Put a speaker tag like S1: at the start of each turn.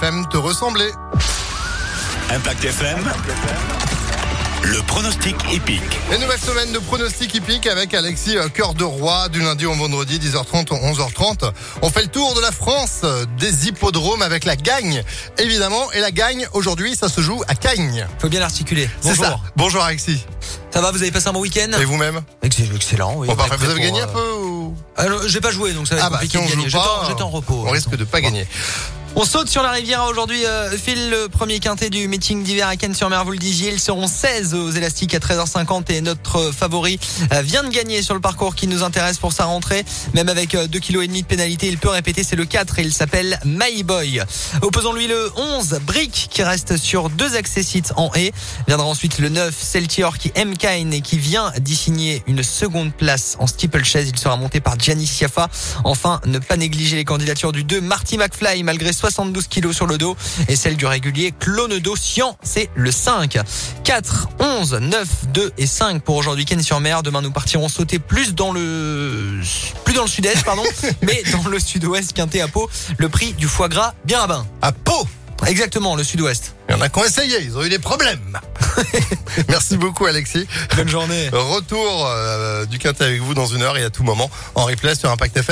S1: FM te ressembler.
S2: Impact FM, le pronostic épique.
S1: Une nouvelle semaine de pronostics hippiques avec Alexis euh, Cœur de Roi du lundi au vendredi 10h30 11h30. On fait le tour de la France euh, des hippodromes avec la gagne évidemment et la gagne aujourd'hui ça se joue à Cagnes.
S3: Faut bien l'articuler.
S1: C'est
S3: Bonjour.
S1: ça. Bonjour Alexis.
S3: Ça va, vous avez passé un bon week-end
S1: Et vous-même
S3: Ex- Excellent, oui.
S1: Bon,
S3: on est
S1: parfait.
S3: prêt
S1: Vous avez
S3: pour,
S1: gagné
S3: euh,
S1: un peu ou
S3: Alors, j'ai pas joué, donc ça va être
S1: Ah bah si
S3: compliqué
S1: on
S3: de
S1: joue
S3: gagner. J'étais
S1: pas
S3: en- J'étais en repos.
S1: on risque de pas gagner.
S3: On saute sur la Riviera aujourd'hui. Euh, Phil, le premier quintet du meeting d'hiver à Cannes-sur-Mer, vous le disiez. Ils seront 16 aux élastiques à 13h50 et notre euh, favori euh, vient de gagner sur le parcours qui nous intéresse pour sa rentrée. Même avec euh, 2,5 kg de pénalité, il peut répéter, c'est le 4 et il s'appelle My Boy. Opposons-lui le 11, Brick, qui reste sur deux accessites en haie. Viendra ensuite le 9, Celtior, qui aime Kine et qui vient d'y signer une seconde place en steeplechase. Il sera monté par Gianni Siafa. Enfin, ne pas négliger les candidatures du 2, Marty McFly, malgré 72 kilos sur le dos, et celle du régulier Clone Sian, c'est le 5. 4, 11, 9, 2 et 5 pour aujourd'hui Ken sur mer. Demain, nous partirons sauter plus dans le, plus dans le sud-est, pardon, mais dans le sud-ouest, Quintet à Pau, le prix du foie gras bien à bain.
S1: À Pau
S3: Exactement, le sud-ouest.
S1: Il y en a qui ont essayé, ils ont eu des problèmes. Merci beaucoup Alexis.
S3: Bonne journée.
S1: Retour euh, du quintet avec vous dans une heure et à tout moment en replay sur Impact FM.